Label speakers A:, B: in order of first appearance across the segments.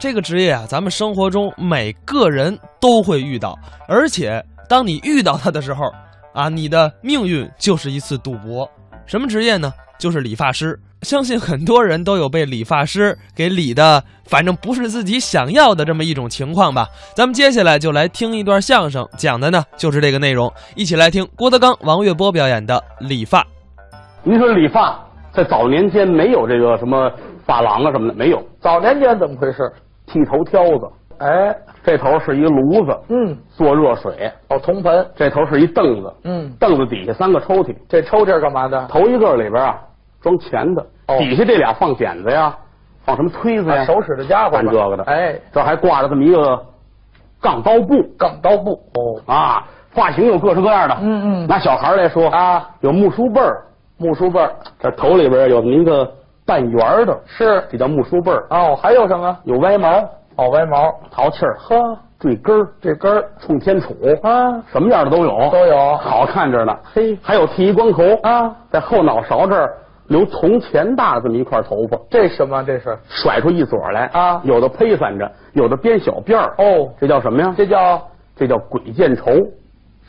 A: 这个职业啊，咱们生活中每个人都会遇到，而且当你遇到它的时候，啊，你的命运就是一次赌博。什么职业呢？就是理发师。相信很多人都有被理发师给理的，反正不是自己想要的这么一种情况吧。咱们接下来就来听一段相声，讲的呢就是这个内容。一起来听郭德纲、王月波表演的理发。
B: 您说理发在早年间没有这个什么发廊啊什么的，没有
C: 早年间怎么回事？
B: 剃头挑子，
C: 哎，
B: 这头是一炉子，
C: 嗯，
B: 做热水，
C: 哦，铜盆，
B: 这头是一凳子，
C: 嗯，
B: 凳子底下三个抽屉，
C: 这抽屉儿干嘛的？
B: 头一个里边啊装钱的，
C: 哦
B: 底下这俩放剪子呀，放什么推子呀，
C: 啊手使的家伙吧
B: 干这个的，
C: 哎
B: 这还挂着这么一个杠刀布
C: 杠刀布，哦，
B: 啊，发型有各式各样的，
C: 嗯嗯
B: 拿小孩儿来说
C: 啊，
B: 有木梳辈儿，
C: 木梳辈儿
B: 这头里边有那么一个半圆儿的，
C: 是，
B: 这叫木梳辈儿，
C: 哦，还有什么？
B: 有歪毛。
C: 哦，歪毛，
B: 淘气儿，
C: 呵，
B: 坠根儿，
C: 这根儿
B: 冲天杵，
C: 啊，
B: 什么样的都有，
C: 都有
B: 好看着呢。
C: 嘿
B: 还有剃一光头
C: 啊，
B: 在后脑勺这儿留铜钱大的这么一块头发，
C: 这什么？这是
B: 甩出一撮来
C: 啊
B: 有的披散着，有的编小辫儿。
C: 哦
B: 这叫什么呀？
C: 这叫
B: 这叫鬼见愁。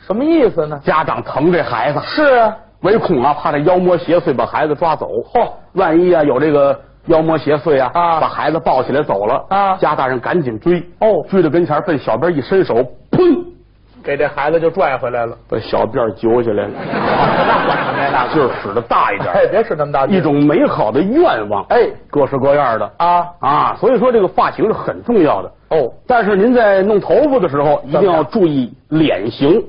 C: 什么意思呢？
B: 家长疼这孩子，
C: 是啊，
B: 唯恐啊怕这妖魔邪祟把孩子抓走。
C: 嚯
B: 万一啊有这个妖魔邪祟啊，
C: 啊
B: 把孩子抱起来走了
C: 啊
B: 家大人赶紧追。
C: 哦
B: 追到跟前儿奔小辫儿一伸手，砰！
C: 给这孩子就拽回来了。
B: 把小辫儿揪下来了，
C: 那管什么呀
B: 那劲儿使得大一点
C: 哎，
B: 儿，
C: 别使那么大劲
B: 一种美好的愿望，
C: 哎
B: 各式各样的
C: 啊，
B: 啊，所以说这个发型是很重要的。
C: 哦
B: 但是您在弄头发的时候，一定
C: 怎么
B: 要
C: 样
B: 注意脸型，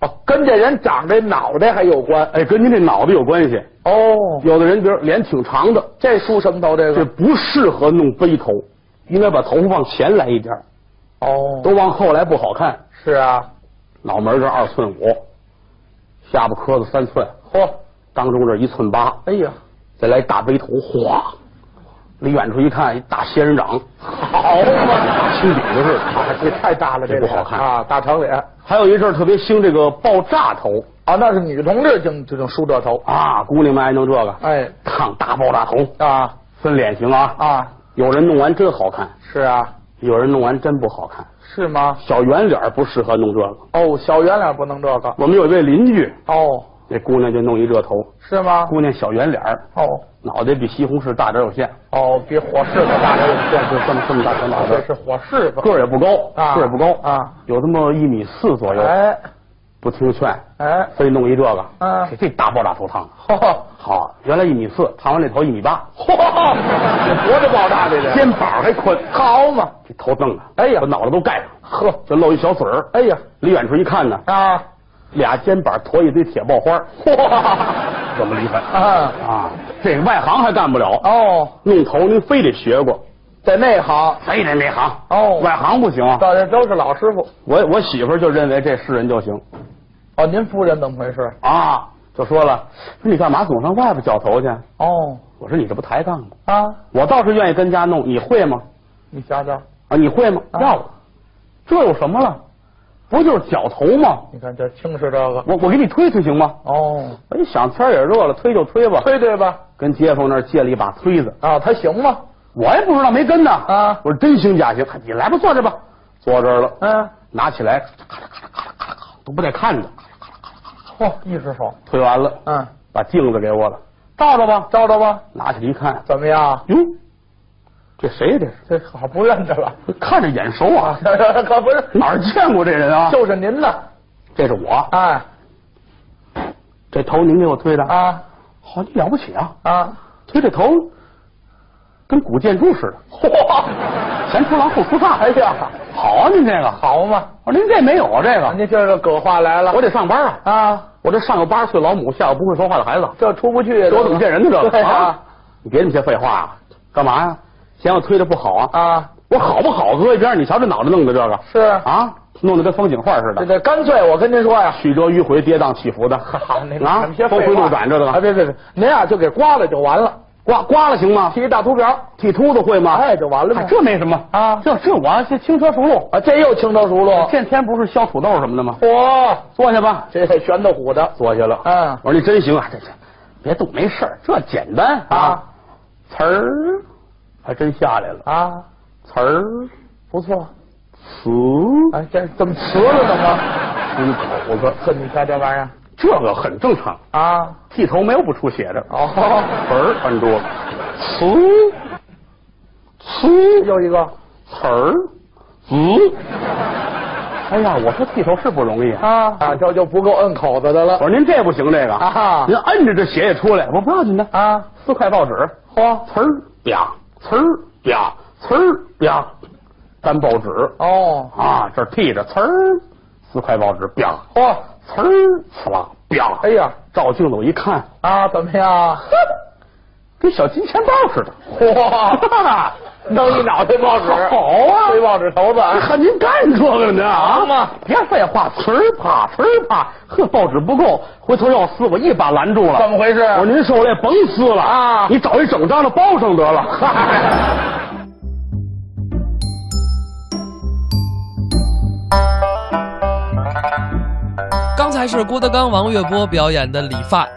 C: 哦，跟这人长这脑袋还有关。
B: 哎，跟您这脑袋有关系。
C: 哦，
B: 有的人比如脸挺长的，
C: 这梳什么头？这
B: 这
C: 个
B: 不适合弄背头，应该把头发往前来一点儿，
C: 哦，
B: 都往后来不好看。
C: 是啊，
B: 脑门儿这二寸五，下巴磕子三寸，
C: 嚯，
B: 当中这一寸八，
C: 哎呀，
B: 再来一大背头，哗！离远处一看，一大仙人掌，好嘛，青顶子似的。
C: 啊这太大了，这
B: 这不
C: 脸
B: 好看
C: 啊，大长脸。
B: 还有一阵儿特别兴这个爆炸头
C: 啊，那是女同志净就净梳这头，
B: 啊，姑娘们爱弄这个，
C: 哎
B: 烫大爆炸头，
C: 啊
B: 分脸型啊。
C: 啊，
B: 有人弄完真好看，
C: 是啊，
B: 有人弄完真不好看。
C: 是吗？
B: 小圆脸儿不适合弄这个。
C: 哦，小圆脸不能这个，
B: 我们有一位邻居，
C: 哦，
B: 那姑娘就弄一这头，
C: 是吗？
B: 姑娘小圆脸儿，
C: 哦
B: 脑袋比西红柿大点儿有限，
C: 哦，比火柿子大点有
B: 这就这么这么大小脑
C: 这
B: 袋，
C: 是火柿子，
B: 个儿也不高，
C: 啊
B: 个儿也不高
C: 啊，
B: 有这么一米四左右。
C: 哎
B: 不听劝，
C: 哎，
B: 非弄一这个，
C: 嗯
B: 给这大爆炸头烫的。
C: 嚯，
B: 好，原来一米四，烫完这头一米八，
C: 嚯，这活着爆炸这人，
B: 肩膀还宽，
C: 好嘛，
B: 这头弄的，
C: 哎呀
B: 把脑袋都盖上，
C: 呵，
B: 就露一小嘴儿。
C: 哎呀
B: 离远处一看呢，
C: 啊
B: 俩肩膀驮一堆铁爆花，
C: 嚯
B: 这么厉害
C: 啊
B: 啊！这个外行还干不了，
C: 哦，
B: 弄头您非得学过，
C: 在内行，
B: 非得内行
C: 哦
B: 外行不行啊。
C: 到这都是老师傅。
B: 我我媳妇儿就认为这是人就行
C: 哦，您夫人怎么回事？
B: 啊，就说了，说你干嘛总上外边绞头去？
C: 哦
B: 我说你这不抬杠吗？
C: 啊，
B: 我倒是愿意跟家弄，你会吗？
C: 你瞧瞧，
B: 啊，你会吗？
C: 啊
B: 要了，这有什么了？不就是绞头吗？
C: 你看这轻视这个，
B: 我我给你推推行吗？
C: 哦。
B: 我一想天儿也热了，推就推吧。
C: 推对吧？
B: 跟街坊那儿借了一把推子，
C: 啊，他行吗？
B: 我也不知道没跟呢。
C: 啊
B: 我说真行假行，你来吧，坐这吧，坐这儿了。
C: 嗯、
B: 拿起来，咔啦咔啦咔啦咔啦咔啦，都不带看的。
C: 嚯，一只手，
B: 推完了，
C: 嗯，
B: 把镜子给我了，照照吧。
C: 照照吧，
B: 拿起来一看，
C: 怎么样？
B: 哟，这谁呀？这是
C: 这好不认得了，
B: 看着眼熟啊，
C: 可不是，
B: 哪儿见过这人啊？
C: 就是您的，
B: 这是我，
C: 哎
B: 这头您给我推的啊。
C: 啊
B: 好，你了不起啊！
C: 啊，
B: 推这头跟古建筑似的，
C: 嚯，
B: 前出廊后出栅。
C: 哎呀，
B: 好啊，您这个好。
C: 好哎嘛，
B: 我说您这没有啊，这个
C: 您这个葛话来了，
B: 我得上班啊。
C: 啊，
B: 我这上有八十岁老母，下有不会说话的孩子，
C: 这出不去，
B: 这我怎么见人呢？这
C: 对
B: 个
C: 啊，
B: 你别那么些废话啊！干嘛呀？嫌我推的不好啊？
C: 啊，
B: 我好不好搁一边儿，你瞧这脑袋弄的这个
C: 是，
B: 啊，弄得跟风景画似
C: 这
B: 的，
C: 这干脆我跟您说呀。
B: 曲折迂回、跌宕起伏的，
C: 好，您
B: 啊
C: 你们先，
B: 峰
C: 废
B: 回
C: 话
B: 路转这
C: 啊，
B: 个
C: 别别别，您啊就给刮了就完了，
B: 刮刮了行吗？
C: 剃一大秃瓢，
B: 剃秃子会吗？
C: 哎，就完了
B: 哎
C: 呗。
B: 这没什么
C: 啊
B: 这这我这轻车熟路，
C: 啊，这又轻车熟路，
B: 天天不是削土豆什么的
C: 哎
B: 吗？
C: 嚯，
B: 坐下吧，
C: 这还悬的虎的，
B: 坐下了。
C: 嗯
B: 我说你真行啊，这这别动，没事儿这简单
C: 啊
B: 词儿还真下来了，
C: 啊，
B: 呲词儿、
C: 不错。
B: 词、
C: 哎，这怎么辞了怎么？
B: 心口子，
C: 呵，你看这玩意儿
B: 这个很正常。
C: 啊？
B: 剃头没有不出血的，
C: 哦，
B: 词儿很多，词、词
C: 又一个
B: 词儿、子。哎呀，我说剃头是不容易啊！
C: 啊啊，这就不够摁口子的
B: 我
C: 了
B: 说您这不行，这个
C: 啊
B: 您摁着这血也出来，我不要紧的。
C: 啊！
B: 撕块报纸，
C: 嚯，
B: 词儿啪，词儿啪，词儿啪，干报纸
C: 哦，
B: 啊，这儿剃着词儿，撕块报纸啪，
C: 嚯，
B: 词儿呲啦啪。
C: 哎呀
B: 照镜子我一看，
C: 啊，怎么样？
B: 跟小金钱豹似的。
C: 嚯， 啊 弄一脑袋报纸，
B: 好啊
C: 背报纸头子
B: 我
C: 啊，
B: 看您干这个呢啊
C: 忙吗
B: 别废话，词儿啪词儿啪，呵，报纸不够，回头要撕，我一把拦住了。
C: 怎么回事
B: 我说您受累，甭撕了
C: 啊
B: 你找一整张的包上得了。
A: 刚才是郭德纲、王月波表演的理发。